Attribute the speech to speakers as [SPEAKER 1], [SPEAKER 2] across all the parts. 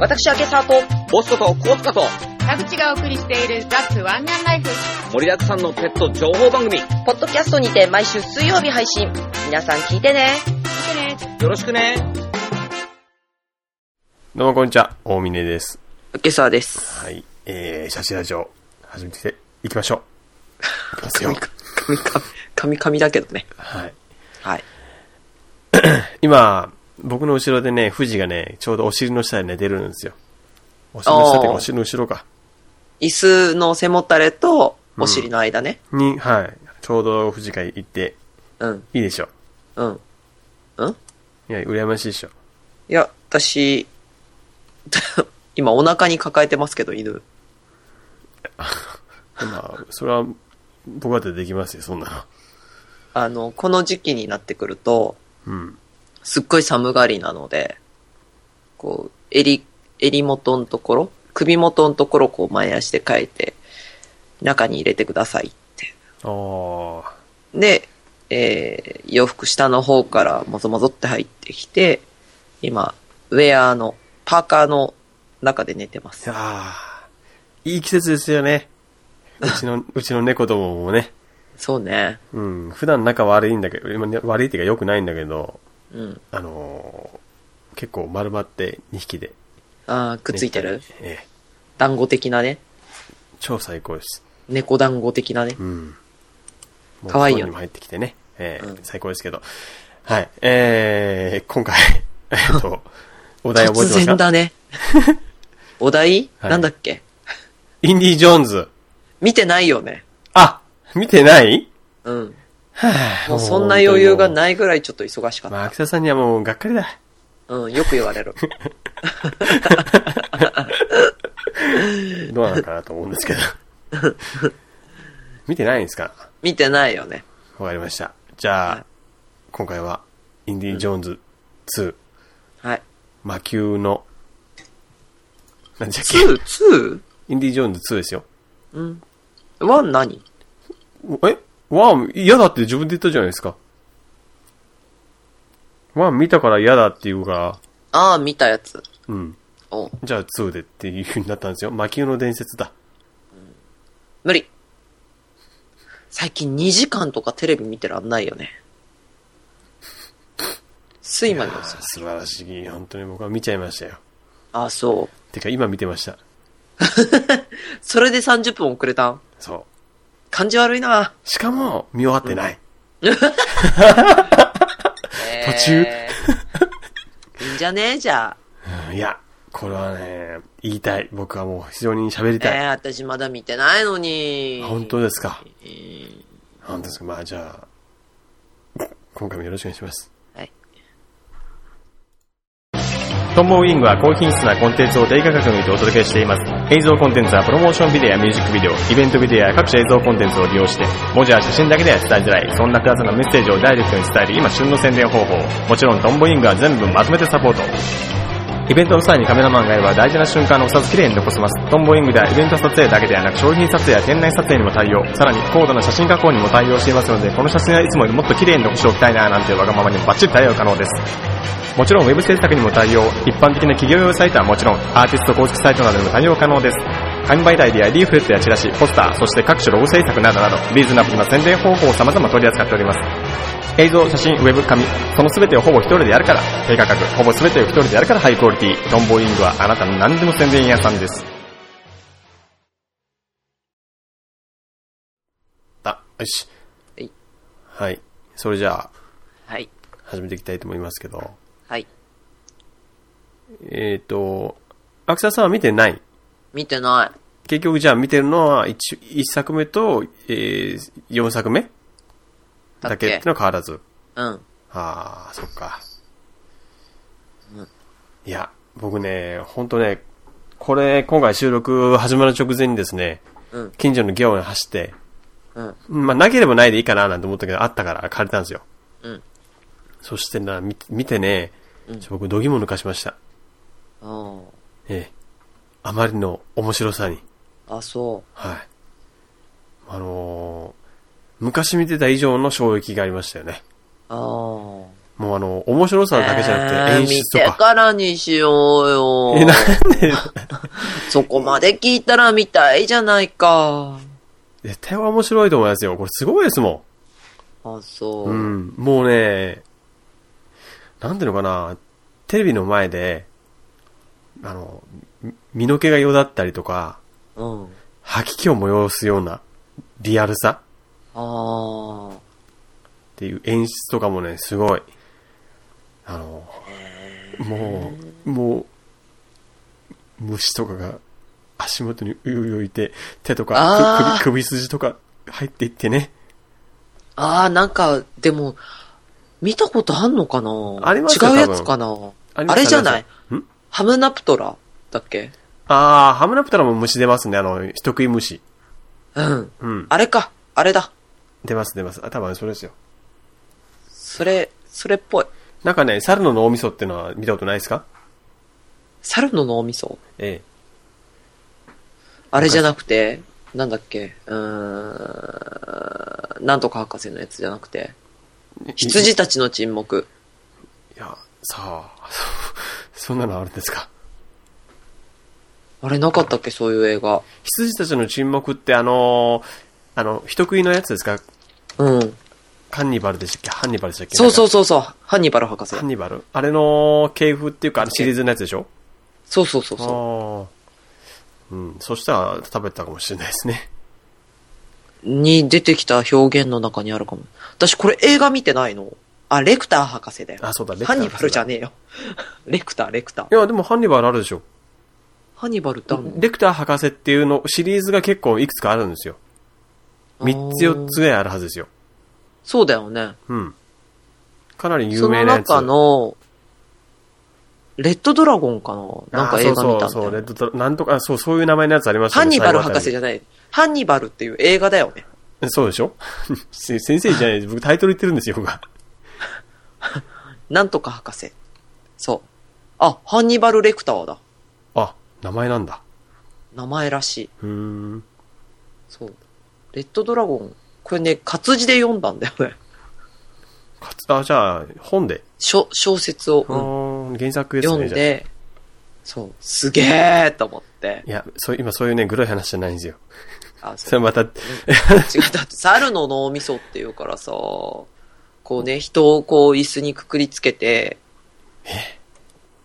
[SPEAKER 1] 私、明沢と
[SPEAKER 2] ボストとコーツカと
[SPEAKER 3] 田口がお送りしているザ・ツワンガンライフ。
[SPEAKER 2] 盛りだくさんのペット情報番組よ
[SPEAKER 1] ポッドキャストにて毎週水曜日配信皆さん聞いてね
[SPEAKER 2] ろしくね
[SPEAKER 4] どうもこんにちは、大峰です。
[SPEAKER 1] 明沢です
[SPEAKER 4] はい。えー、写真ラジオ、始めていきましょう。いき ますよ。
[SPEAKER 1] 神々神々だけどね
[SPEAKER 4] はい。
[SPEAKER 1] はい
[SPEAKER 4] 今、僕の後ろでね、富士がね、ちょうどお尻の下で寝てるんですよ。お尻の下っていう
[SPEAKER 1] お
[SPEAKER 4] か、
[SPEAKER 1] ー
[SPEAKER 4] お尻の後ろか。
[SPEAKER 1] 椅子の背もたれとお尻の間ね
[SPEAKER 4] に、はい。ちょうど富士が行って、
[SPEAKER 1] うん
[SPEAKER 4] いいでしょ
[SPEAKER 1] うん
[SPEAKER 4] う。いや、羨ましいでしょ。
[SPEAKER 1] いや私 今お腹に抱えてますけど犬
[SPEAKER 4] まあ、それは、僕だってできますよ、そんな
[SPEAKER 1] あのこの時期になってくると
[SPEAKER 4] の。うん。
[SPEAKER 1] すっごい寒がりなのでこう襟襟元のところ首元のところをこう前足で変えて中に入れてくださいって
[SPEAKER 4] ああ、
[SPEAKER 1] で、えー洋服下の方からもぞもぞって入ってきて、今、ウェアの、パーカーの中で寝てま
[SPEAKER 4] い
[SPEAKER 1] す
[SPEAKER 4] や。あいい季節ですよね。うちの、うちの猫どももね。
[SPEAKER 1] そうね。
[SPEAKER 4] うん、普段仲悪いんだけど、今ね悪いっていうか良くないんだけど、
[SPEAKER 1] うん。
[SPEAKER 4] あのー結構丸まって2匹で。
[SPEAKER 1] あーくっついてる
[SPEAKER 4] ええ。
[SPEAKER 1] 団子的なね。
[SPEAKER 4] 超最高です。
[SPEAKER 1] 猫団子的なね
[SPEAKER 4] う。ん。もう
[SPEAKER 1] 可愛い
[SPEAKER 4] 布団
[SPEAKER 1] よね
[SPEAKER 4] にも入ってきてね。ええ
[SPEAKER 1] うん
[SPEAKER 4] 最高ですけど。はい。えー、今回、 えっ と、お題覚えてま
[SPEAKER 1] 突
[SPEAKER 4] す
[SPEAKER 1] 然
[SPEAKER 4] か
[SPEAKER 1] だね。お題、
[SPEAKER 4] はい
[SPEAKER 1] なんだっけ
[SPEAKER 4] インディ・ジョーンズ。
[SPEAKER 1] 見てないよね。
[SPEAKER 4] あ見てない
[SPEAKER 1] うん。
[SPEAKER 4] はぁ
[SPEAKER 1] もうそんな余裕が
[SPEAKER 4] い。
[SPEAKER 1] ないぐらいちょっと忙しかっ
[SPEAKER 4] まあ、
[SPEAKER 1] た。
[SPEAKER 4] 秋田さんにはもうがっかりだ。
[SPEAKER 1] うん、よく言 われる。
[SPEAKER 4] どうなのかなと思うんですけ ど。見てないんですか
[SPEAKER 1] 見てないよね。
[SPEAKER 4] わかりました。じゃあ、今回は、インディ・ジョーンズ2、
[SPEAKER 1] はい。
[SPEAKER 4] 魔球の、なんじゃっけ
[SPEAKER 1] 2?2? ツ
[SPEAKER 4] インディ・ジョーンズ2ですよ。
[SPEAKER 1] ーワン何
[SPEAKER 4] えワン、嫌だって自分で言ったじゃないですか。ワン見たから嫌だって言うから、
[SPEAKER 1] ああ、見たやつ。
[SPEAKER 4] うん。
[SPEAKER 1] お
[SPEAKER 4] じゃあ2でっていう風になったんですよ。魔球の伝説だ。
[SPEAKER 1] 無理。最近2時間とかテレビ見てらんないよね。睡魔に落ち
[SPEAKER 4] あ
[SPEAKER 1] た
[SPEAKER 4] ー素晴らしい。本当に僕は見ちゃいましたよ。
[SPEAKER 1] あ、そう。
[SPEAKER 4] てか今見てました。
[SPEAKER 1] それで30分遅れたん
[SPEAKER 4] そう。
[SPEAKER 1] 感じ悪いな。
[SPEAKER 4] しかも、見終わってない。
[SPEAKER 1] 途
[SPEAKER 4] 中
[SPEAKER 1] いいんじゃねえじゃあ。
[SPEAKER 4] うんいや、これはね、言いたい。僕はもう非常に喋り
[SPEAKER 1] え
[SPEAKER 4] たい。
[SPEAKER 1] ー、私まだ見てないのに。
[SPEAKER 4] 本当ですか。
[SPEAKER 1] えー
[SPEAKER 4] 本当ですか。まあじゃあ、今回もよろしくお願いします。
[SPEAKER 1] はい。
[SPEAKER 4] トンボウイングは高品質なコンテンツを低価格にてお届けしています。映像コンテンツはプロモーションビデオやミュージックビデオ、イベントビデオや各種映像コンテンツを利用して、文字や写真だけでは伝えづらい、そんな複雑なメッセージをダイレクトに伝える今旬の宣伝方法。もちろんトンボウイングは全部まとめてサポート。イベントの際にカメラマンがいれば大事な瞬間のお札きれいに残せます。トンボイングではイベント撮影だけではなく商品撮影や店内撮影にも対応。さらに高度な写真加工にも対応していますので、この写真はいつもよりもっときれいに残しておきたいななんていうわがままにもバッチリ対応可能です。もちろんウェブ制作にも対応、一般的な企業用サイトはもちろん、アーティスト公式サイトなどにも対応可能です。販売代理やリーフレットやチラシ、ポスター、そして各種ロゴ制作などなど、リーズナブルな宣伝方法を様々取り扱っております。映像、写真、ウェブ、紙、その全てをほぼ一人でやるから、低価格、ほぼ全てを一人でやるからハイクオリティ、トンボウイングはあなたの何でも宣伝屋さんです。あ、よし。
[SPEAKER 1] はい。
[SPEAKER 4] はい。それじゃあ、
[SPEAKER 1] はい。
[SPEAKER 4] 始めていきたいと思いますけど、
[SPEAKER 1] はい。
[SPEAKER 4] えっ、と、アクサさんは見てない
[SPEAKER 1] 見てない。
[SPEAKER 4] 結局じゃあ見てるのは 1, 作目と、え4作目
[SPEAKER 1] だ
[SPEAKER 4] だ
[SPEAKER 1] っけ
[SPEAKER 4] けってのは変わらず。
[SPEAKER 1] うん。
[SPEAKER 4] ああ、そっか。いや、僕ね、ほんとね、これ、今回収録始まる直前にですね、
[SPEAKER 1] うん
[SPEAKER 4] 近所のギャオに走って、
[SPEAKER 1] うん
[SPEAKER 4] まあ、なければないでいいかななんて思ったけど、あったから借りたんですよ。
[SPEAKER 1] うん
[SPEAKER 4] そしてな、見て見てね、僕、度肝抜かしました。
[SPEAKER 1] おー
[SPEAKER 4] ええ。あまりの面白さに。
[SPEAKER 1] あ、そ
[SPEAKER 4] はい。あのー昔見てた以上の衝撃がありましたよね。
[SPEAKER 1] う。あー
[SPEAKER 4] もうあの、面白さだけじゃなくて演出
[SPEAKER 1] えー
[SPEAKER 4] と
[SPEAKER 1] 見て
[SPEAKER 4] か。
[SPEAKER 1] からにしようよ。
[SPEAKER 4] え、なんで、
[SPEAKER 1] そこまで聞いたら見たいじゃないか。
[SPEAKER 4] 絶対は面白いと思いますよ。これすごいですも
[SPEAKER 1] あ、
[SPEAKER 4] ん。
[SPEAKER 1] そう。
[SPEAKER 4] うん。もうね、なんていうのかな、テレビの前で、あの、み身の毛がよだったりとか、
[SPEAKER 1] うん。
[SPEAKER 4] 吐き気を催すようなリアルさ
[SPEAKER 1] ああ。
[SPEAKER 4] っていう演出とかもね、すごい。あの、もう、もう、虫とかが足元にうよいて、手とか
[SPEAKER 1] あー
[SPEAKER 4] 首首筋とか入っていってね。
[SPEAKER 1] ああ、なんか、でも、見たことあんのかな
[SPEAKER 4] ありますよ
[SPEAKER 1] 違うやつかな
[SPEAKER 4] あ
[SPEAKER 1] あ
[SPEAKER 4] ります
[SPEAKER 1] れじゃな
[SPEAKER 4] あり
[SPEAKER 1] い
[SPEAKER 4] ますん
[SPEAKER 1] ハムナプトラだっけ
[SPEAKER 4] あー、ハムナプトラも虫出ますね。あの、人食い虫。
[SPEAKER 1] うん。
[SPEAKER 4] うん。
[SPEAKER 1] あれか。あれだ。
[SPEAKER 4] 出ます出ます。あ、多分それですよ。
[SPEAKER 1] それ、それっぽい。
[SPEAKER 4] なんかね、猿の脳みそってのは見たことないですか
[SPEAKER 1] 猿の脳みそ
[SPEAKER 4] ええ。
[SPEAKER 1] あれじゃなくて、なんだっけうーん、なんとか博士のやつじゃなくて、羊たちの沈黙。
[SPEAKER 4] いや、さあ、 そそんなのあるんですか。
[SPEAKER 1] あれなかったっけそういう映画。
[SPEAKER 4] 羊たちの沈黙ってあのーあの、人食いのやつですか
[SPEAKER 1] うん。
[SPEAKER 4] カンニバルでしたっけハンニバルでしたっけ。
[SPEAKER 1] そうそううそうそう。ハンニバル博士
[SPEAKER 4] ハ。ンニバルあれの系譜っていうか、あのシリーズのやつでしょ
[SPEAKER 1] そうそうそうそ
[SPEAKER 4] ああ。うん。そしたら食べたかもしれないですね。
[SPEAKER 1] う。に出てきた表現の中にあるかも。私これ映画見てないのあ、レクター博士だよ。
[SPEAKER 4] あ、そうだ、レ
[SPEAKER 1] ハンニバルじゃ
[SPEAKER 4] ん。
[SPEAKER 1] ねえよ。レクター、レクター
[SPEAKER 4] い。や、でもハンニバルあるでしょ。
[SPEAKER 1] ハンニバルってあんの
[SPEAKER 4] レクター博士っていうの、シリーズが結構いくつかあるんですよ。3つ4つ。
[SPEAKER 1] あー
[SPEAKER 4] ぐらいあるはずですよ。
[SPEAKER 1] そうだよね。
[SPEAKER 4] うん。かなり有
[SPEAKER 1] そ
[SPEAKER 4] 名
[SPEAKER 1] の
[SPEAKER 4] なやつ。
[SPEAKER 1] 中の、レッドドラゴンかななんか映画見
[SPEAKER 4] あ
[SPEAKER 1] たんだ
[SPEAKER 4] そうそうそ
[SPEAKER 1] よ
[SPEAKER 4] う、レッドドラなんとか、そう、そういう名前のやつありました
[SPEAKER 1] ハンニバル博士
[SPEAKER 4] じ
[SPEAKER 1] じゃない。ハンニバルっていう映画だよね。
[SPEAKER 4] ゃそうでしょ 先生じゃない 僕タイトル言ってるんですよ、僕は。
[SPEAKER 1] なんとか博士。そう。あ、ハンニバルレクターだ。
[SPEAKER 4] あ、名前なんだ。
[SPEAKER 1] 名前らしい。
[SPEAKER 4] うーん。
[SPEAKER 1] そう。レッドドラゴン。これね、活字で読んだんだよね。
[SPEAKER 4] かつ、あ、じゃあ、本で。
[SPEAKER 1] 小小説を、
[SPEAKER 4] う
[SPEAKER 1] うん
[SPEAKER 4] ーん、原作ですね。
[SPEAKER 1] 読
[SPEAKER 4] じ
[SPEAKER 1] ん
[SPEAKER 4] ゃあ
[SPEAKER 1] で、そう、すげえと思って。
[SPEAKER 4] いや、そう、今そういうね、グロい話じゃないんですよ。
[SPEAKER 1] あ、
[SPEAKER 4] それ
[SPEAKER 1] そう。
[SPEAKER 4] また、
[SPEAKER 1] 違う。だって、猿の脳みそっていうからさ、こうね、人をこう椅子にくくりつけて、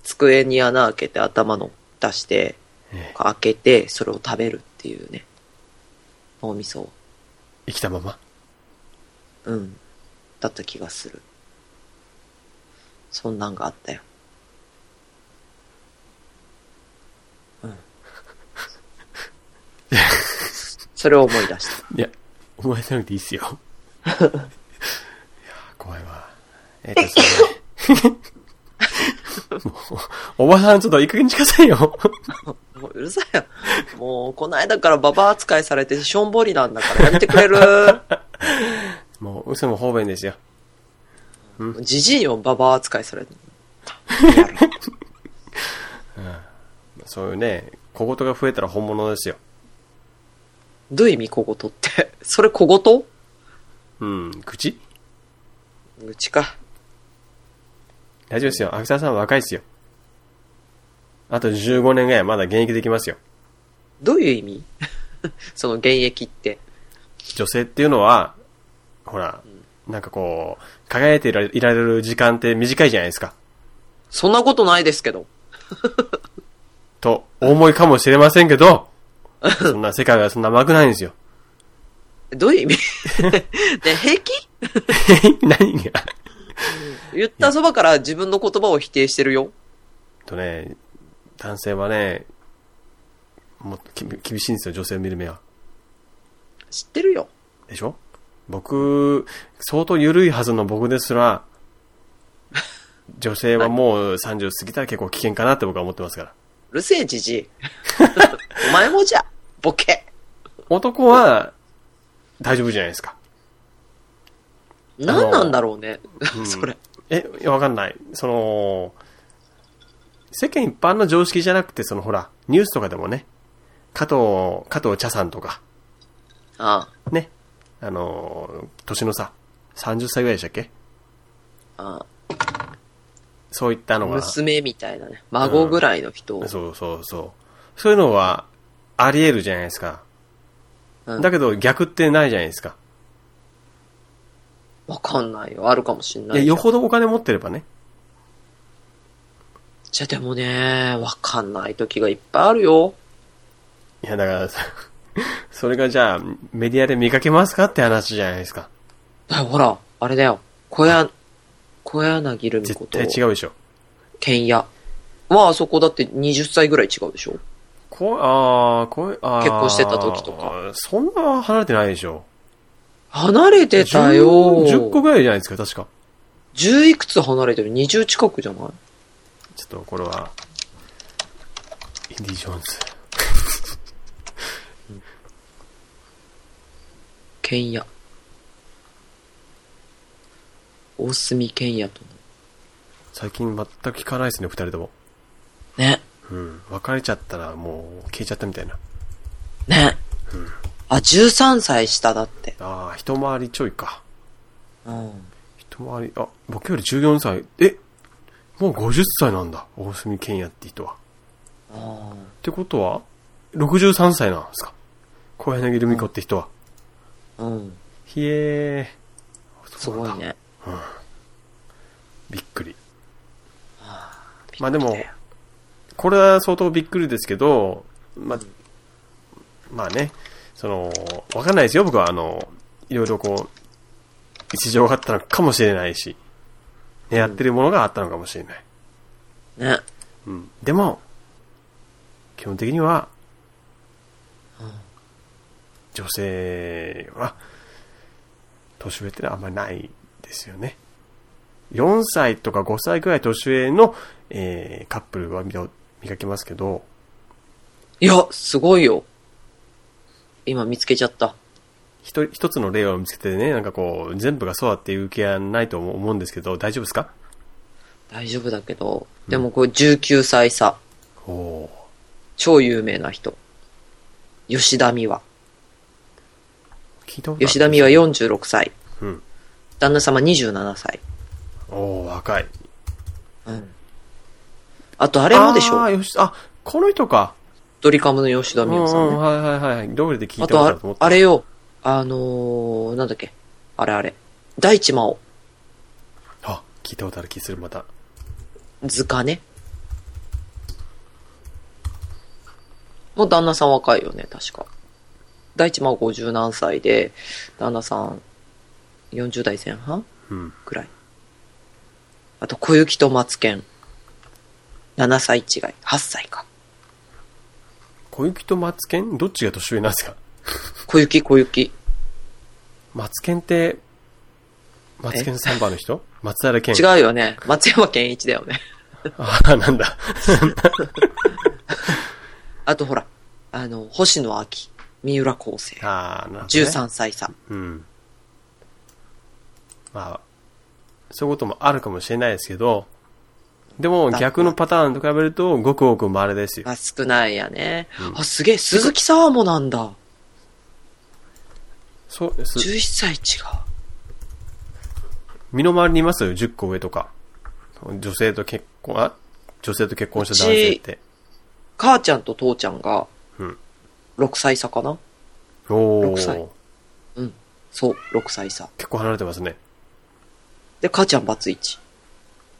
[SPEAKER 1] 机に穴開けて頭の出して、
[SPEAKER 4] え
[SPEAKER 1] 開けて、それを食べるっていうね。脳みそを。
[SPEAKER 4] 生きたまま。
[SPEAKER 1] うん。だった気がする。そんなんがあったよ。うん。それを思い出した。
[SPEAKER 4] いや、思い出さなくていいっすよ。いや、怖いわ。えっとですねもうおばさん、ちょっといい加減にしなさいよ。
[SPEAKER 1] もううるさいよ。もう、この間からババア扱いされてしょんぼりなんだからやめてくれる
[SPEAKER 4] もう、嘘も方便ですよ。
[SPEAKER 1] じじいよ、ババア扱いされて。
[SPEAKER 4] そういうね、小言が増えたら本物ですよ。
[SPEAKER 1] どういう意味、小言って。それ小言
[SPEAKER 4] うん、口
[SPEAKER 1] うちか。
[SPEAKER 4] 大丈夫ですよ。秋田さんは若いですよ。あと15年ぐらいまだ現役できますよ。
[SPEAKER 1] どういう意味 その現役って。
[SPEAKER 4] 女性っていうのは、ほら、なんかこう、輝いていられいられる時間って短いじゃないですか。
[SPEAKER 1] そんなことないですけど。
[SPEAKER 4] と、お思いかもしれませんけど、そんな世界はそんな甘くないんですよ。
[SPEAKER 1] どういう意味 ね、平気
[SPEAKER 4] 何が
[SPEAKER 1] 言ったそばから自分の言葉を否定してるよ。
[SPEAKER 4] とね、男性はね、もっとき厳しいんですよ、女性を見る目は。
[SPEAKER 1] 知ってるよ。
[SPEAKER 4] でしょ僕、相当緩いはずの僕ですら、女性はもう30過ぎたら結構危険かなって僕は思ってますから。
[SPEAKER 1] うるせえじじい。 お前もじゃ、ボケ。
[SPEAKER 4] 男は、大丈夫じゃないですか。
[SPEAKER 1] 何なんだろうね。
[SPEAKER 4] うん
[SPEAKER 1] それ。
[SPEAKER 4] え、わかんない。その、世間一般の常識じゃなくて、そのほら、ニュースとかでもね、加藤、加藤茶さんとか、
[SPEAKER 1] あ
[SPEAKER 4] ね、あの、年の差、30歳ぐらいでしたっけ
[SPEAKER 1] あ、ああ。
[SPEAKER 4] そういったのが。
[SPEAKER 1] 娘みたいなね、孫ぐらいの人を。
[SPEAKER 4] そうそうそう。そういうのはあり得るじゃないですか。
[SPEAKER 1] うん
[SPEAKER 4] だけど逆ってないじゃないですか。
[SPEAKER 1] わかんないよ。あるかもしんないい
[SPEAKER 4] や、
[SPEAKER 1] じゃ
[SPEAKER 4] よ
[SPEAKER 1] ん。
[SPEAKER 4] ほどお金持ってればね。
[SPEAKER 1] じゃ、でもね、わかんない時がいっぱいあるよ。
[SPEAKER 4] いや、だからさ、 それがじゃあ、メディアで見かけますかって話じゃないですか。
[SPEAKER 1] えほら、あれだよ。小屋、小柳ルミ
[SPEAKER 4] 絶
[SPEAKER 1] 子と
[SPEAKER 4] 対、違うでしょ。
[SPEAKER 1] けんや。まあ、そこだって20歳ぐらい違うでしょ
[SPEAKER 4] こう、あーこう、あー
[SPEAKER 1] 結婚してた時とか。
[SPEAKER 4] そんな離れてないでしょ。
[SPEAKER 1] 離れてたよ。
[SPEAKER 4] 10個ぐらいじゃないですか、確か。
[SPEAKER 1] 10いくつ離れてる ?20 近くじゃない
[SPEAKER 4] ちょっとこれは、インディ・ジョーンズ。
[SPEAKER 1] けんや。大隅けんやと。
[SPEAKER 4] 最近全く聞かないですね、二人とも。
[SPEAKER 1] ね。
[SPEAKER 4] うん。別れちゃったらもう消えちゃったみたいな。
[SPEAKER 1] ね。あ、13歳下だって。
[SPEAKER 4] ああ、一回りちょいか。
[SPEAKER 1] うん。
[SPEAKER 4] 一回り、あ、僕より14歳。えもう50歳なんだ。大隅健也って人は。
[SPEAKER 1] あ
[SPEAKER 4] ってことは、63歳なんですか。小柳ルミ子って人は。
[SPEAKER 1] あ。うん。
[SPEAKER 4] ひえー。
[SPEAKER 1] す
[SPEAKER 4] そう
[SPEAKER 1] ご
[SPEAKER 4] ないんだ。
[SPEAKER 1] ね。
[SPEAKER 4] びっくり。まあでも
[SPEAKER 1] びっくりだよ
[SPEAKER 4] これは相当びっくりですけど、まあ、まあね、その、わかんないですよ、僕は、あの、いろいろこう、事情があったのかもしれないし、狙ってるものがあったのかもしれない。
[SPEAKER 1] ね。
[SPEAKER 4] うん。でも、基本的には、女性は、年上ってのはあんまりないですよね。4歳とか5歳くらい年上の、えーカップルは見た見かけますけど、
[SPEAKER 1] いや、すごいよ。今見つけちゃった。
[SPEAKER 4] 一人一つの例を見つけてね、なんかこう、全部がそうだっていう気はないと思うんですけど、大丈夫ですか
[SPEAKER 1] 大丈夫だけど。でもこれ19歳差。
[SPEAKER 4] おお
[SPEAKER 1] 超有名な人。吉田美和。
[SPEAKER 4] ー。聞いたことある
[SPEAKER 1] 吉田美和46歳。
[SPEAKER 4] うん。
[SPEAKER 1] 旦那様27歳。
[SPEAKER 4] おお若い。
[SPEAKER 1] うん。あとあれもでし
[SPEAKER 4] あ
[SPEAKER 1] ょ
[SPEAKER 4] ーよし、あ、この人か。
[SPEAKER 1] ドリカムの吉田
[SPEAKER 4] うん
[SPEAKER 1] 美
[SPEAKER 4] う
[SPEAKER 1] 和さんね
[SPEAKER 4] ん、。はいはいはい。どれで聞いたこと
[SPEAKER 1] あと
[SPEAKER 4] あ
[SPEAKER 1] あ
[SPEAKER 4] ると思っ、た。
[SPEAKER 1] あれよ、あのー、なんだっけ、あれあれ、大地真央、
[SPEAKER 4] あ、聞いたことある気する、また。
[SPEAKER 1] 図鑑ね。もう旦那さん若いよね、確か。大地真央50何歳で、旦那さん40代前半
[SPEAKER 4] うん。
[SPEAKER 1] くらい。あと、小雪と松健。7歳違い、8歳か。
[SPEAKER 4] 小雪と松健どっちが年上なんですか
[SPEAKER 1] 小雪、小雪。
[SPEAKER 4] 松健って、松健3番の人松原健。
[SPEAKER 1] 違うよね。松山健一だよね。
[SPEAKER 4] ああ、なんだ。
[SPEAKER 1] あとほら、あの、星野明、三浦昴生。
[SPEAKER 4] ああ、なるほど、ね。
[SPEAKER 1] 13歳差。
[SPEAKER 4] うん。まあ、そういうこともあるかもしれないですけど、でも逆のパターンと比べると、ごくごく稀ですよ。
[SPEAKER 1] あ、少ないやね。
[SPEAKER 4] うん
[SPEAKER 1] あ、すげえ、鈴木沙和もなんだ。
[SPEAKER 4] そうです、
[SPEAKER 1] 11歳違う。
[SPEAKER 4] 身の回りにいますよ、10個上とか。女性と結婚、あ女性と結婚した男性って。
[SPEAKER 1] 母ちゃんと父ちゃんが
[SPEAKER 4] うん、
[SPEAKER 1] 6歳差かな、
[SPEAKER 4] おお
[SPEAKER 1] 六歳そう、6歳差。
[SPEAKER 4] 結構離れてますね。
[SPEAKER 1] で、母ちゃんバツイチ。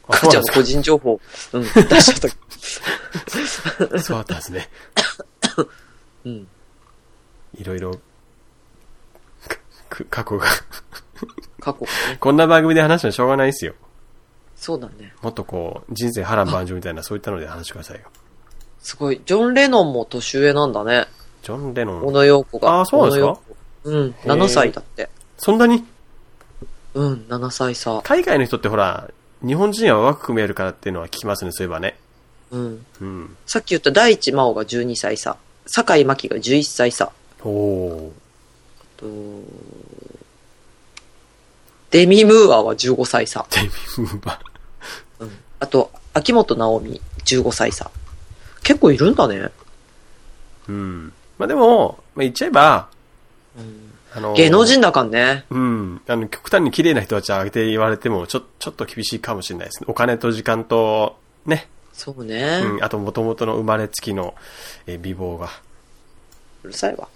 [SPEAKER 4] あ
[SPEAKER 1] 母ちゃんの個人情報、うん、出しちゃった。
[SPEAKER 4] そうだったんですね。
[SPEAKER 1] うん。
[SPEAKER 4] いろいろ、く過去が。
[SPEAKER 1] 過去がね。
[SPEAKER 4] こんな番組で話してもしょうがないですよ。
[SPEAKER 1] そうだね。
[SPEAKER 4] もっとこう、人生波乱万丈みたいな、そういったので話してくださいよ。
[SPEAKER 1] すごい。ジョン・レノンも年上なんだね。
[SPEAKER 4] ジョン・レノ
[SPEAKER 1] 小
[SPEAKER 4] ン。
[SPEAKER 1] 野洋子が。
[SPEAKER 4] あーそうなんですか
[SPEAKER 1] 小野洋子うん、7歳だって。
[SPEAKER 4] そんなに
[SPEAKER 1] うん、7歳差。
[SPEAKER 4] 海外の人ってほら、日本人は若く見えるからっていうのは聞きますね、そういえばね。
[SPEAKER 1] うん。
[SPEAKER 4] うん。
[SPEAKER 1] さっき言った大地真央が12歳差。酒井真紀が11歳差。
[SPEAKER 4] おお。
[SPEAKER 1] とデミ・ムーアは15歳差。
[SPEAKER 4] デビム ーバ
[SPEAKER 1] あと、秋元直美15歳差。結構いるんだね。
[SPEAKER 4] うん。まあでも、まあ言っちゃえば、
[SPEAKER 1] うん、
[SPEAKER 4] あのー
[SPEAKER 1] 芸能人だかんね。
[SPEAKER 4] うん。あの、極端に綺麗な人たちを挙げて言われても、ちょ、ちょっと厳しいかもしれないですね。お金と時間と、ね。
[SPEAKER 1] そうね。
[SPEAKER 4] う。
[SPEAKER 1] うん
[SPEAKER 4] あと、元々の生まれつきの、えー美貌が。
[SPEAKER 1] るさいわ。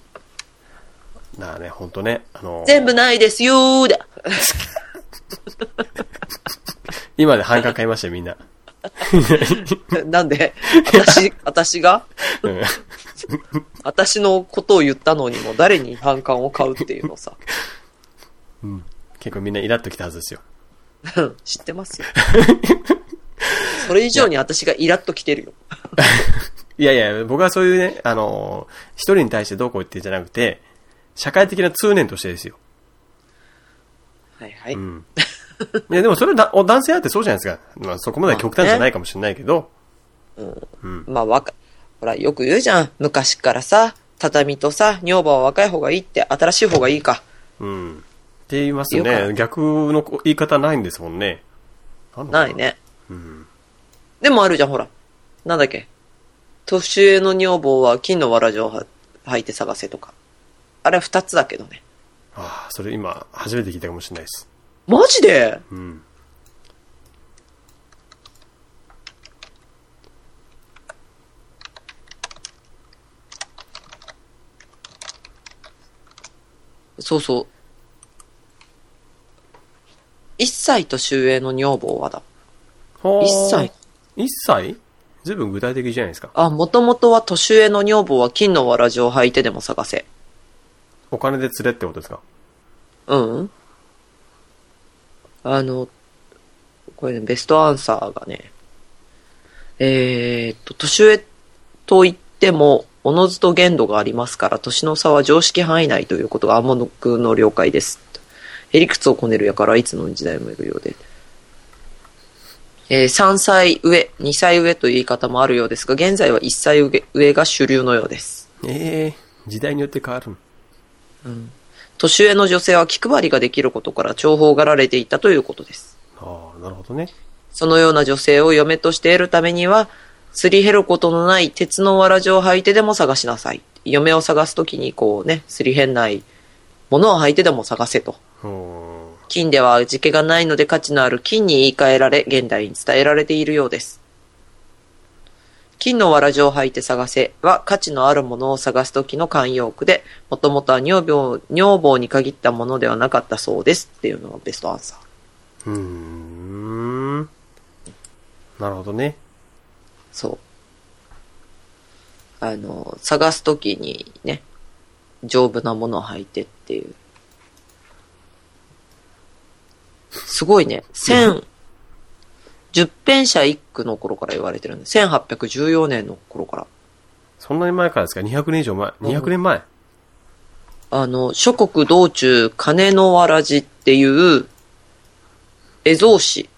[SPEAKER 4] だからね、ほんとね、あのー
[SPEAKER 1] 全部ないですよー だ。
[SPEAKER 4] 今で半額買いましたよ、みんな。
[SPEAKER 1] なんで私、私が
[SPEAKER 4] うん。
[SPEAKER 1] 私のことを言ったのにも誰に反感を買うっていうのさ。
[SPEAKER 4] 結構みんなイラっときたはずですよ。
[SPEAKER 1] うん知ってますよ。それ以上に私がイラッと来てるよ。
[SPEAKER 4] いやいや、僕はそういうね、あのー一人に対してどうこう言ってんじゃなくて、社会的な通念としてですよ。
[SPEAKER 1] はいはい。
[SPEAKER 4] うん。いや、でもそれはだお男性だってそうじゃないですか。まあ、そこまで極端じゃないかもしれないけど、
[SPEAKER 1] まあわか、ほら、よく言うじゃん。昔からさ、畳とさ、女房は若い方がいいって、新しい方がいいか。
[SPEAKER 4] うん。って言いますよ
[SPEAKER 1] よ
[SPEAKER 4] ね。逆の言い方ないんですもんね。んだろ
[SPEAKER 1] な
[SPEAKER 4] う
[SPEAKER 1] い。ね。でもあるじゃん、ほら。なんだっけ。年上の女房は金のわらじをは履いて探せとか。あれは二つだけどね。
[SPEAKER 4] ああ、それ今、初めて聞いたかもしれないです。
[SPEAKER 1] マジで
[SPEAKER 4] うん。
[SPEAKER 1] そうそう。一歳年上の女房はだ。
[SPEAKER 4] ほー
[SPEAKER 1] 一歳。
[SPEAKER 4] 一歳随分具体的じゃないですか。
[SPEAKER 1] あ、もともとは年上の女房は金のわらじを履いてでも探せ。
[SPEAKER 4] お金で釣れってことですか
[SPEAKER 1] うん。あの、これね、ベストアンサーがね、えーっと、年上と言っても、おのずと限度がありますから、年の差は常識範囲内ということが暗黙の了解です。へりくつをこねるやからいつの時代もいるようで。えー3歳上、2歳上という言い方もあるようですが、現在は1歳上上が主流のようです。
[SPEAKER 4] ええ時代によって変わるの
[SPEAKER 1] 年上の女性は気配りができることから重宝がられていたということです。
[SPEAKER 4] ああ、なるほどね。
[SPEAKER 1] そのような女性を嫁として得るためには、すり減ることのない鉄のわらじを履いてでも探しなさい。嫁を探すときにこうね、すり減ないものを履いてでも探せと。
[SPEAKER 4] ほー
[SPEAKER 1] 金では味気がないので価値のある金に言い換えられ、現代に伝えられているようです。金のわらじを履いて探せは価値のあるものを探すときの慣用句で、もともとは女房女房に限ったものではなかったそうですっていうのがベストアンサー。
[SPEAKER 4] うーん。なるほどね。
[SPEAKER 1] そう。あの、探すときにね、丈夫なものを履いてっていう。すごいね。千、十編者一句の頃から言われてるんで、1814年の頃から。
[SPEAKER 4] そんなに前からですか ?200 年以上前。200年前。
[SPEAKER 1] あの、諸国道中金のわらじっていう、絵像詩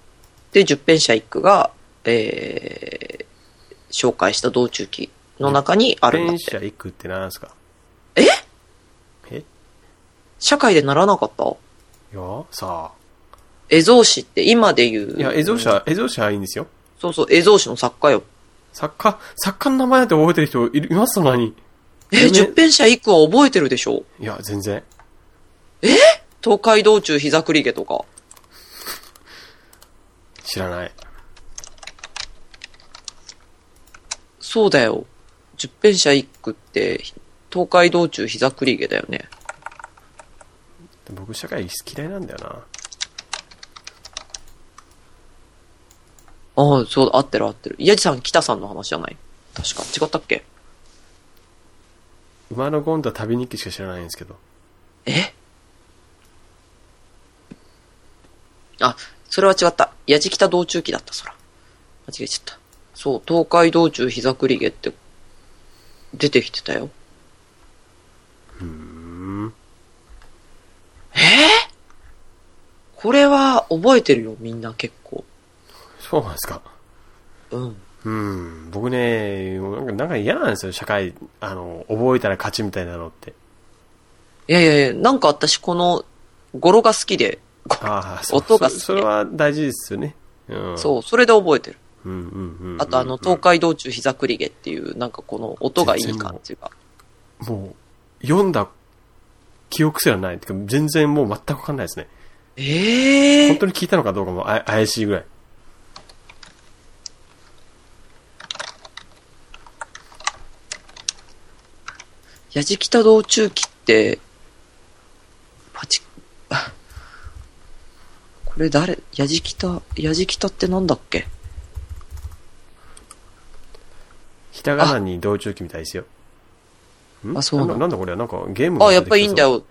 [SPEAKER 1] で十編者一句が、えー、紹介した道中記の中にあるんだっ
[SPEAKER 4] 電
[SPEAKER 1] て
[SPEAKER 4] 車。行くって何ですか
[SPEAKER 1] え
[SPEAKER 4] え
[SPEAKER 1] 社会でならなかった
[SPEAKER 4] いや、さあ。
[SPEAKER 1] 絵像師って今で言う。
[SPEAKER 4] いや、映像者、映像者はいいんですよ。
[SPEAKER 1] そうそう、絵像師の作家よ。
[SPEAKER 4] 作家、作家の名前だって覚えてる人いるいますそんなに。
[SPEAKER 1] え、
[SPEAKER 4] 有名
[SPEAKER 1] 十編者一句は覚えてるでしょ
[SPEAKER 4] いや、全然。
[SPEAKER 1] 東海道中膝栗毛とか。
[SPEAKER 4] 知らない。
[SPEAKER 1] そうだよ。十編者一句って、東海道中膝栗毛だよね。
[SPEAKER 4] 僕、社会嫌いなんだよな。
[SPEAKER 1] ああ、そう、合ってる合ってる。宮地さん、北さんの話じゃない確か。違ったっけ
[SPEAKER 4] 馬のゴンと旅日記しか知らないんですけど。
[SPEAKER 1] えあ、それは違った。やじきた道中記だった、そら。間違えちゃった。そう、東海道中膝栗毛って、出てきてたよ。えー、これは覚えてるよ、みんな結構。
[SPEAKER 4] そうなんですか。
[SPEAKER 1] うん。
[SPEAKER 4] うん。僕ね、なんかなんか嫌なんですよ、社会。あの、覚えたら勝ちみたいなのって。
[SPEAKER 1] いやいやいや、なんか私この、語呂が好きで、こ
[SPEAKER 4] ああ、そう
[SPEAKER 1] 音が好き
[SPEAKER 4] そそれは大事ですよね。うん。
[SPEAKER 1] そう、それで覚えてる。
[SPEAKER 4] う。うんうんうん、うん。
[SPEAKER 1] あとあの、東海道中膝栗毛っていう、なんかこの音がいい感じが。
[SPEAKER 4] もう、読んだ記憶すらない。てか全然もう全くわかんないですね。
[SPEAKER 1] ええ
[SPEAKER 4] 本当に聞いたのかどうかもあ怪しいぐらい。
[SPEAKER 1] やじきた道中記って、パチ、 これ誰、やじきた、やじきたってなんだっけ
[SPEAKER 4] ひたがなに同中期みたいですよ。ん
[SPEAKER 1] あそうなの
[SPEAKER 4] んなんだこれはなんかゲームが
[SPEAKER 1] あ、やっぱいいんだ
[SPEAKER 4] 出て
[SPEAKER 1] よ。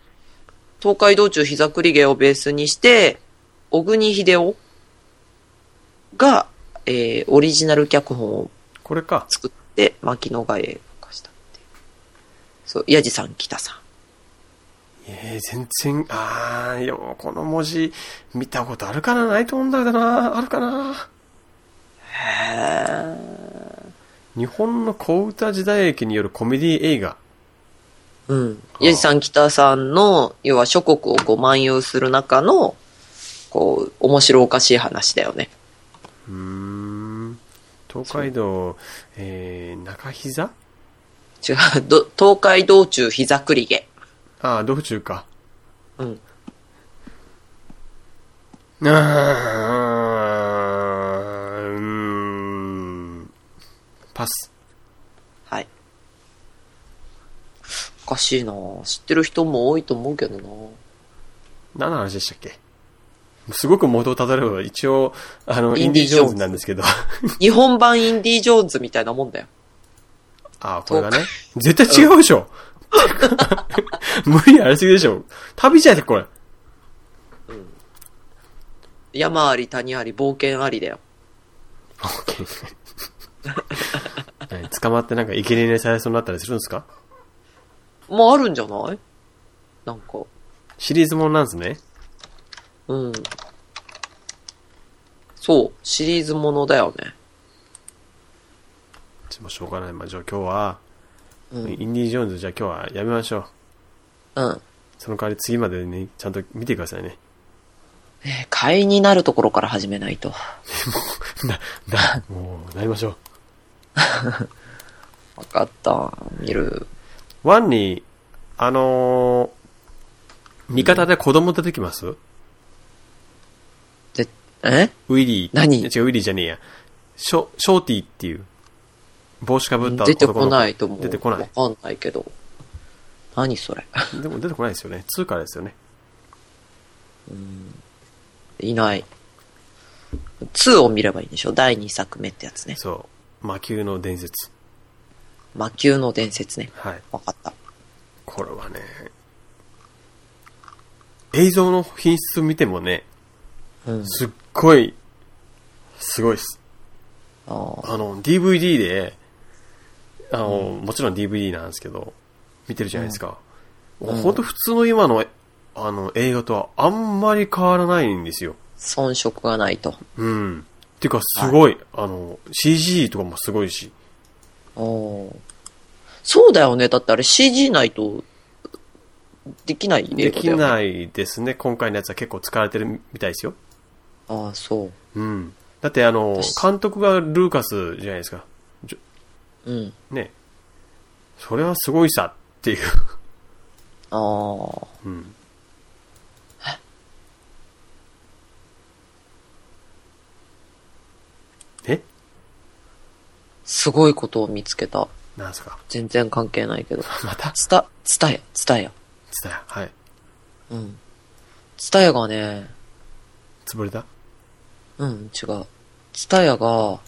[SPEAKER 1] 東海道中膝栗毛をベースにして、小国秀夫が、えー、オリジナル脚本を
[SPEAKER 4] きそう。これか。
[SPEAKER 1] 作って、牧野が映画化したっていう。そう、やじさん、北さん。
[SPEAKER 4] えー、全然、あー、よ、この文字、見たことあるかなないと思うんだけどな。あるかな日本の小歌時代劇によるコメディ映画。
[SPEAKER 1] うん。やじさん、北さんの、要は諸国をこう漫遊する中の、こう、面白おかしい話だよね。
[SPEAKER 4] うーん。東海道、えー、中膝
[SPEAKER 1] 違う、ど東海道中膝栗毛。
[SPEAKER 4] あー、道中か。
[SPEAKER 1] うん。
[SPEAKER 4] うーん。パス。
[SPEAKER 1] はい。おかしいなぁ知ってる人も多いと思うけどなぁ
[SPEAKER 4] 何の話でしたっけすごく元をたどれば、一応、あの、イ
[SPEAKER 1] イ
[SPEAKER 4] ン
[SPEAKER 1] ン
[SPEAKER 4] デ
[SPEAKER 1] デ
[SPEAKER 4] ィ・
[SPEAKER 1] ィ
[SPEAKER 4] ジョーンズなんです けど。
[SPEAKER 1] 日本版インディ・ジョーンズみたいなもんだよ。
[SPEAKER 4] あーこれがね。絶対違うで しょ無理ありすぎでしょ旅じゃねこれ。
[SPEAKER 1] 山あり谷あり冒険ありだよ。
[SPEAKER 4] 何捕まってなんか生贄にされそうになったりするんですか
[SPEAKER 1] もうあるんじゃないなんか。
[SPEAKER 4] シリーズものなんですね。
[SPEAKER 1] うん。そう。シリーズものだよね。
[SPEAKER 4] ちょもうしょうがない。まあ、じゃあ今日は、
[SPEAKER 1] うん
[SPEAKER 4] インディ・ジョーンズじゃあ今日はやめましょう。
[SPEAKER 1] うん。
[SPEAKER 4] その代わり次までにちゃんと見てくださいね。
[SPEAKER 1] えー買いになるところから始めないと。
[SPEAKER 4] な、な、もう、なりましょう。
[SPEAKER 1] わかった。見る。
[SPEAKER 4] ワンに、あのー、味方で子供出てきます、
[SPEAKER 1] で、え
[SPEAKER 4] ウィリー。
[SPEAKER 1] 何
[SPEAKER 4] 違う、ウィリーじゃねえや。ショ、ショーティーっていう、帽子かぶった
[SPEAKER 1] 出て
[SPEAKER 4] 男の
[SPEAKER 1] こ
[SPEAKER 4] 子
[SPEAKER 1] ないと思う。
[SPEAKER 4] 出てこな
[SPEAKER 1] わ
[SPEAKER 4] い。
[SPEAKER 1] かんないけど。何それ。
[SPEAKER 4] でも出てこないですよね。通からですよね。
[SPEAKER 1] いない。2を見ればいいんでしょ第2作目ってやつね。
[SPEAKER 4] そう。魔球の伝説。
[SPEAKER 1] 魔球の伝説ね。
[SPEAKER 4] はい。
[SPEAKER 1] わかった。
[SPEAKER 4] これはね、映像の品質見てもね、
[SPEAKER 1] うん。
[SPEAKER 4] すっごい、すごいです。
[SPEAKER 1] あー
[SPEAKER 4] あの、DVD で、あの、もちろん DVD なんですけど、見てるじゃないですか。
[SPEAKER 1] ん
[SPEAKER 4] ほんと普通の今の、あの、映画とはあんまり変わらないんですよ。
[SPEAKER 1] 遜色がないと。
[SPEAKER 4] うん。ていうか、すごい、あの、CG とかもすごいし。
[SPEAKER 1] おーそうだよね。だってあれ CG ないと、できない
[SPEAKER 4] でき
[SPEAKER 1] い。
[SPEAKER 4] ないですね。今回のやつは結構使われてるみたいですよ。
[SPEAKER 1] ああ、そう。
[SPEAKER 4] うん。だって、あの、
[SPEAKER 1] 私
[SPEAKER 4] 監督がルーカスじゃないですか。じ
[SPEAKER 1] うん。
[SPEAKER 4] ょね。それはすごいさっていう。
[SPEAKER 1] ああ。
[SPEAKER 4] うん。え
[SPEAKER 1] すごいことを見つけた。
[SPEAKER 4] なんすか
[SPEAKER 1] 全然関係ないけど。
[SPEAKER 4] また
[SPEAKER 1] ツタ、ツタヤ、ツタヤ。
[SPEAKER 4] つたや。はい。
[SPEAKER 1] うん。ツタヤがね、
[SPEAKER 4] 潰れた
[SPEAKER 1] うん、違う。ツタヤが、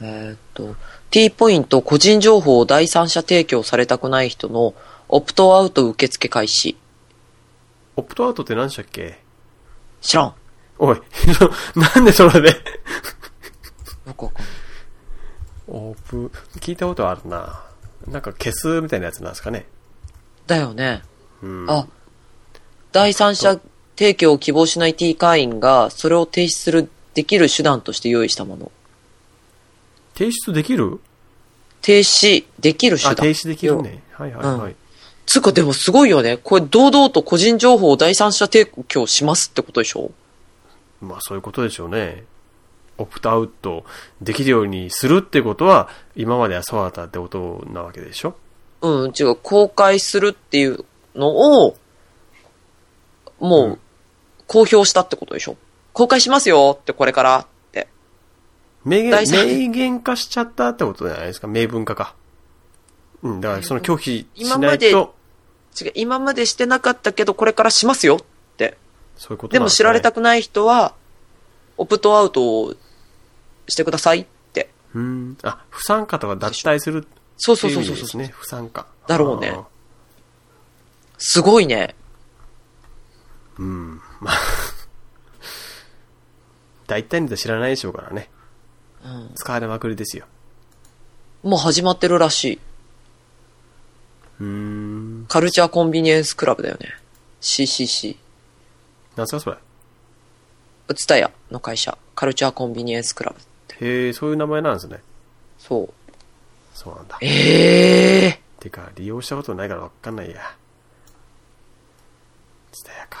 [SPEAKER 1] えーっと、T ポイント個人情報を第三者提供されたくない人のオプトアウト受付開始。
[SPEAKER 4] オプトアウトって何でしたっけ
[SPEAKER 1] 知らん。
[SPEAKER 4] おい、 なんでそれで
[SPEAKER 1] よくわかんない。
[SPEAKER 4] オープ、聞いたことあるな。なんか消すみたいなやつなんですかね。
[SPEAKER 1] だよね。
[SPEAKER 4] うん。
[SPEAKER 1] あ、第三者提供を希望しない T 会員が、それを停止する、できる手段として用意したもの。
[SPEAKER 4] 提出できる
[SPEAKER 1] 停止できる手
[SPEAKER 4] あ、
[SPEAKER 1] 段。
[SPEAKER 4] 停止できるね。はいはいはい。
[SPEAKER 1] つうかでもすごいよね。これ堂々と個人情報を第三者提供しますってことでしょ
[SPEAKER 4] まあそういうことでしょうね。オプトアウトできるようにするってことは、今まではそうだったってことなわけでしょ
[SPEAKER 1] うん、違う、公開するっていうのを、もう、公表したってことでしょ公開しますよってこれからって。
[SPEAKER 4] 明言
[SPEAKER 1] 大、事
[SPEAKER 4] 明言化しちゃったってことじゃないですか。明文化か。うん、だからその拒否しない
[SPEAKER 1] 今ま
[SPEAKER 4] と、
[SPEAKER 1] 違う、今までしてなかったけど、これからしますよって。
[SPEAKER 4] そういうこと
[SPEAKER 1] で
[SPEAKER 4] なん
[SPEAKER 1] も
[SPEAKER 4] す
[SPEAKER 1] 知
[SPEAKER 4] かね
[SPEAKER 1] られた。くない人は、オプトアウトをしてくださいって。
[SPEAKER 4] うん。あ、不参加とか脱退する
[SPEAKER 1] そう
[SPEAKER 4] って
[SPEAKER 1] そう
[SPEAKER 4] いう意味
[SPEAKER 1] そうそう
[SPEAKER 4] です
[SPEAKER 1] そう。
[SPEAKER 4] ね。不参加。
[SPEAKER 1] だろうね
[SPEAKER 4] あー。
[SPEAKER 1] すごいね。
[SPEAKER 4] うん。まあ、大体の人は知らないでしょうからね。
[SPEAKER 1] うん、
[SPEAKER 4] 使われまくりですよ。
[SPEAKER 1] もう始まってるらしい。
[SPEAKER 4] うーん。
[SPEAKER 1] カルチャーコンビニエンスクラブだよね。CCC。
[SPEAKER 4] なんすかそれ。
[SPEAKER 1] うつたやの会社。カルチャーコンビニエンスクラブ。
[SPEAKER 4] へえ、そういう名前なんですね。
[SPEAKER 1] そう。
[SPEAKER 4] そうなんだ。
[SPEAKER 1] ええ
[SPEAKER 4] てか、利用したことないからわかんないや。つたやか。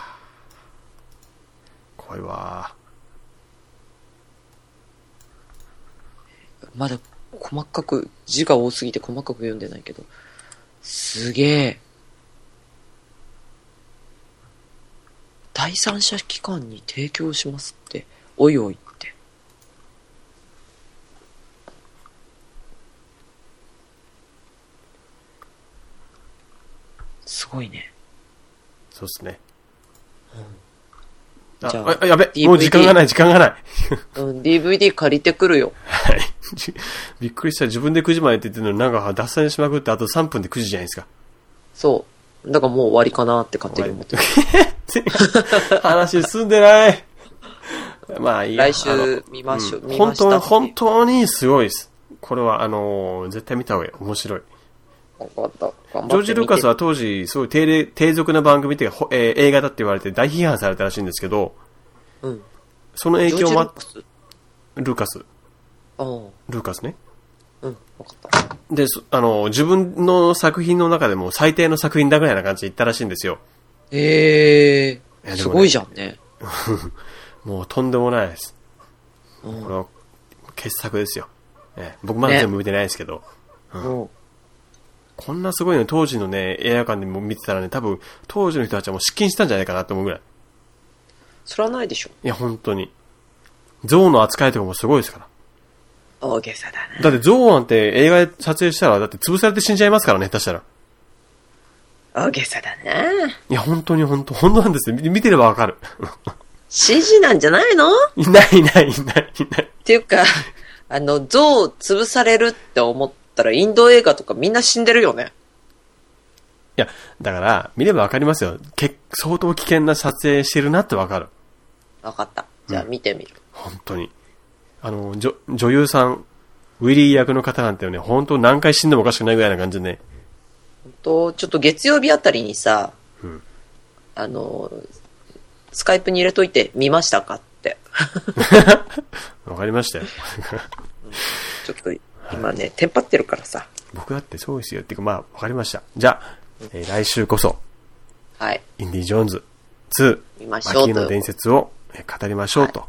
[SPEAKER 4] 怖いわ
[SPEAKER 1] まだ細かく、字が多すぎて細かく読んでないけど。すげえ。第三者機関に提供しますって。おいおいって。すごいね。
[SPEAKER 4] そうっすね。
[SPEAKER 1] じゃ
[SPEAKER 4] あ
[SPEAKER 1] あ、
[SPEAKER 4] あやべ、もう
[SPEAKER 1] DVD
[SPEAKER 4] 時間がない、時間がない。
[SPEAKER 1] うん、DVD 借りてくるよ。
[SPEAKER 4] はい。じびっくりした。自分で9時までって言ってるのになんか脱線しまくって、あと3分で9時じゃないですか。
[SPEAKER 1] そう。だからもう終わりかなって勝手に思ってる。
[SPEAKER 4] 話進んでない。まあいいや
[SPEAKER 1] 来週見ましょう。見ま
[SPEAKER 4] 本
[SPEAKER 1] し
[SPEAKER 4] 当
[SPEAKER 1] たってい
[SPEAKER 4] に、
[SPEAKER 1] う
[SPEAKER 4] 本当にすごいです。これは、あのー絶対見た方がいい。面白い。
[SPEAKER 1] わかった。頑張って見て
[SPEAKER 4] ジョージ・ルーカスは当時、すごい低れ低俗な番組っていうか、ほえー映画だって言われて大批判されたらしいんですけど、
[SPEAKER 1] うん。
[SPEAKER 4] その影響もあっ
[SPEAKER 1] ジョージルーカス
[SPEAKER 4] ルーカス、
[SPEAKER 1] うん。
[SPEAKER 4] ルーカスね。
[SPEAKER 1] うん。わかった。
[SPEAKER 4] で、そあのー自分の作品の中でも最低の作品だぐらいな感じで言ったらしいんですよ。
[SPEAKER 1] ええ
[SPEAKER 4] いやでもね
[SPEAKER 1] すごいじゃんね。
[SPEAKER 4] もうとんでもないです。これは傑作ですよ。ええ僕まだ全部見てないですけど、
[SPEAKER 1] うん。
[SPEAKER 4] こんなすごいの当時のね、映画館でも見てたらね、多分当時の人たちはもう失禁したんじゃないかなと思うぐらい。
[SPEAKER 1] それはないでしょ。
[SPEAKER 4] いや、本当に。象の扱いとかもすごいですから。
[SPEAKER 1] 大げさだな。
[SPEAKER 4] だって象なんて映画で撮影したら、だって潰されて死んじゃいますからね、下手したら。
[SPEAKER 1] 大げさだな。
[SPEAKER 4] いや、本当に本当、本当なんですよ。み見てればわかる。
[SPEAKER 1] 指示なんじゃないのっ
[SPEAKER 4] いないいないいないいない。
[SPEAKER 1] ていうか、 あの、象潰されるって思ったらインド映画とかみんな死んでるよね。
[SPEAKER 4] いや、だから、見ればわかりますよ。け相当危険な撮影してるなってわかる。
[SPEAKER 1] わかった。じゃあ見てみる。
[SPEAKER 4] 本当に。あの、女、女優さん、ウィリー役の方なんてね、本当何回死んでもおかしくないぐらいな感じでね。
[SPEAKER 1] と、ちょっと月曜日あたりにさ、
[SPEAKER 4] ん
[SPEAKER 1] あの、スカイプに入れといて見ましたかって。
[SPEAKER 4] わかりましたよ。
[SPEAKER 1] ちょっと今ね、テンパってるからさ。
[SPEAKER 4] 僕だってそうですよ。っていうか、まあ、わかりました。じゃあ、えー来週こそ、
[SPEAKER 1] はい。
[SPEAKER 4] インディ・ジョーンズ2、
[SPEAKER 1] 見ましょう
[SPEAKER 4] マキーの伝説をえー語りましょうと。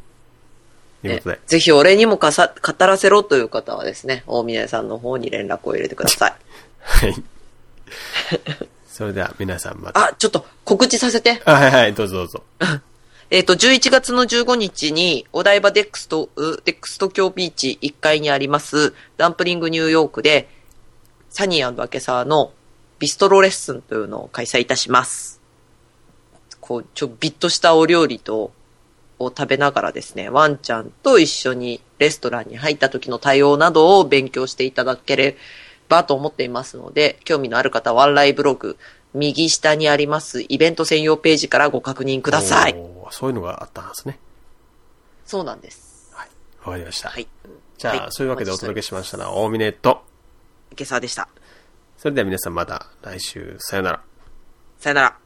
[SPEAKER 4] い、うことで
[SPEAKER 1] ね。ぜひ俺にもかさ語らせろという方はですね、大宮さんの方に連絡を入れてください。
[SPEAKER 4] はい。 それでは皆さんまた。
[SPEAKER 1] あ、ちょっと告知させて。
[SPEAKER 4] あ、はいはい、どうぞどうぞ。
[SPEAKER 1] えっ、と、11月の15日に、お台場デックスと、うデックス東京ビーチ1階にあります、ダンプリングニューヨークで、サニーアケサーのビストロレッスンというのを開催いたします。こう、ちょ、ビッとしたお料理と、を食べながらですね、ワンちゃんと一緒にレストランに入った時の対応などを勉強していただければと思っていますので、興味のある方は、ワンライブログ、右下にありますイベント専用ページからご確認ください。
[SPEAKER 4] おー。そういうのがあったんですね。
[SPEAKER 1] そうなんです。
[SPEAKER 4] はい。わかりました。
[SPEAKER 1] はい。
[SPEAKER 4] じゃあ、
[SPEAKER 1] はい
[SPEAKER 4] そういうわけでお届けしましたのは、大峰と、
[SPEAKER 1] 今朝でした。
[SPEAKER 4] それでは皆さんまた来週、さよなら。
[SPEAKER 1] さよなら。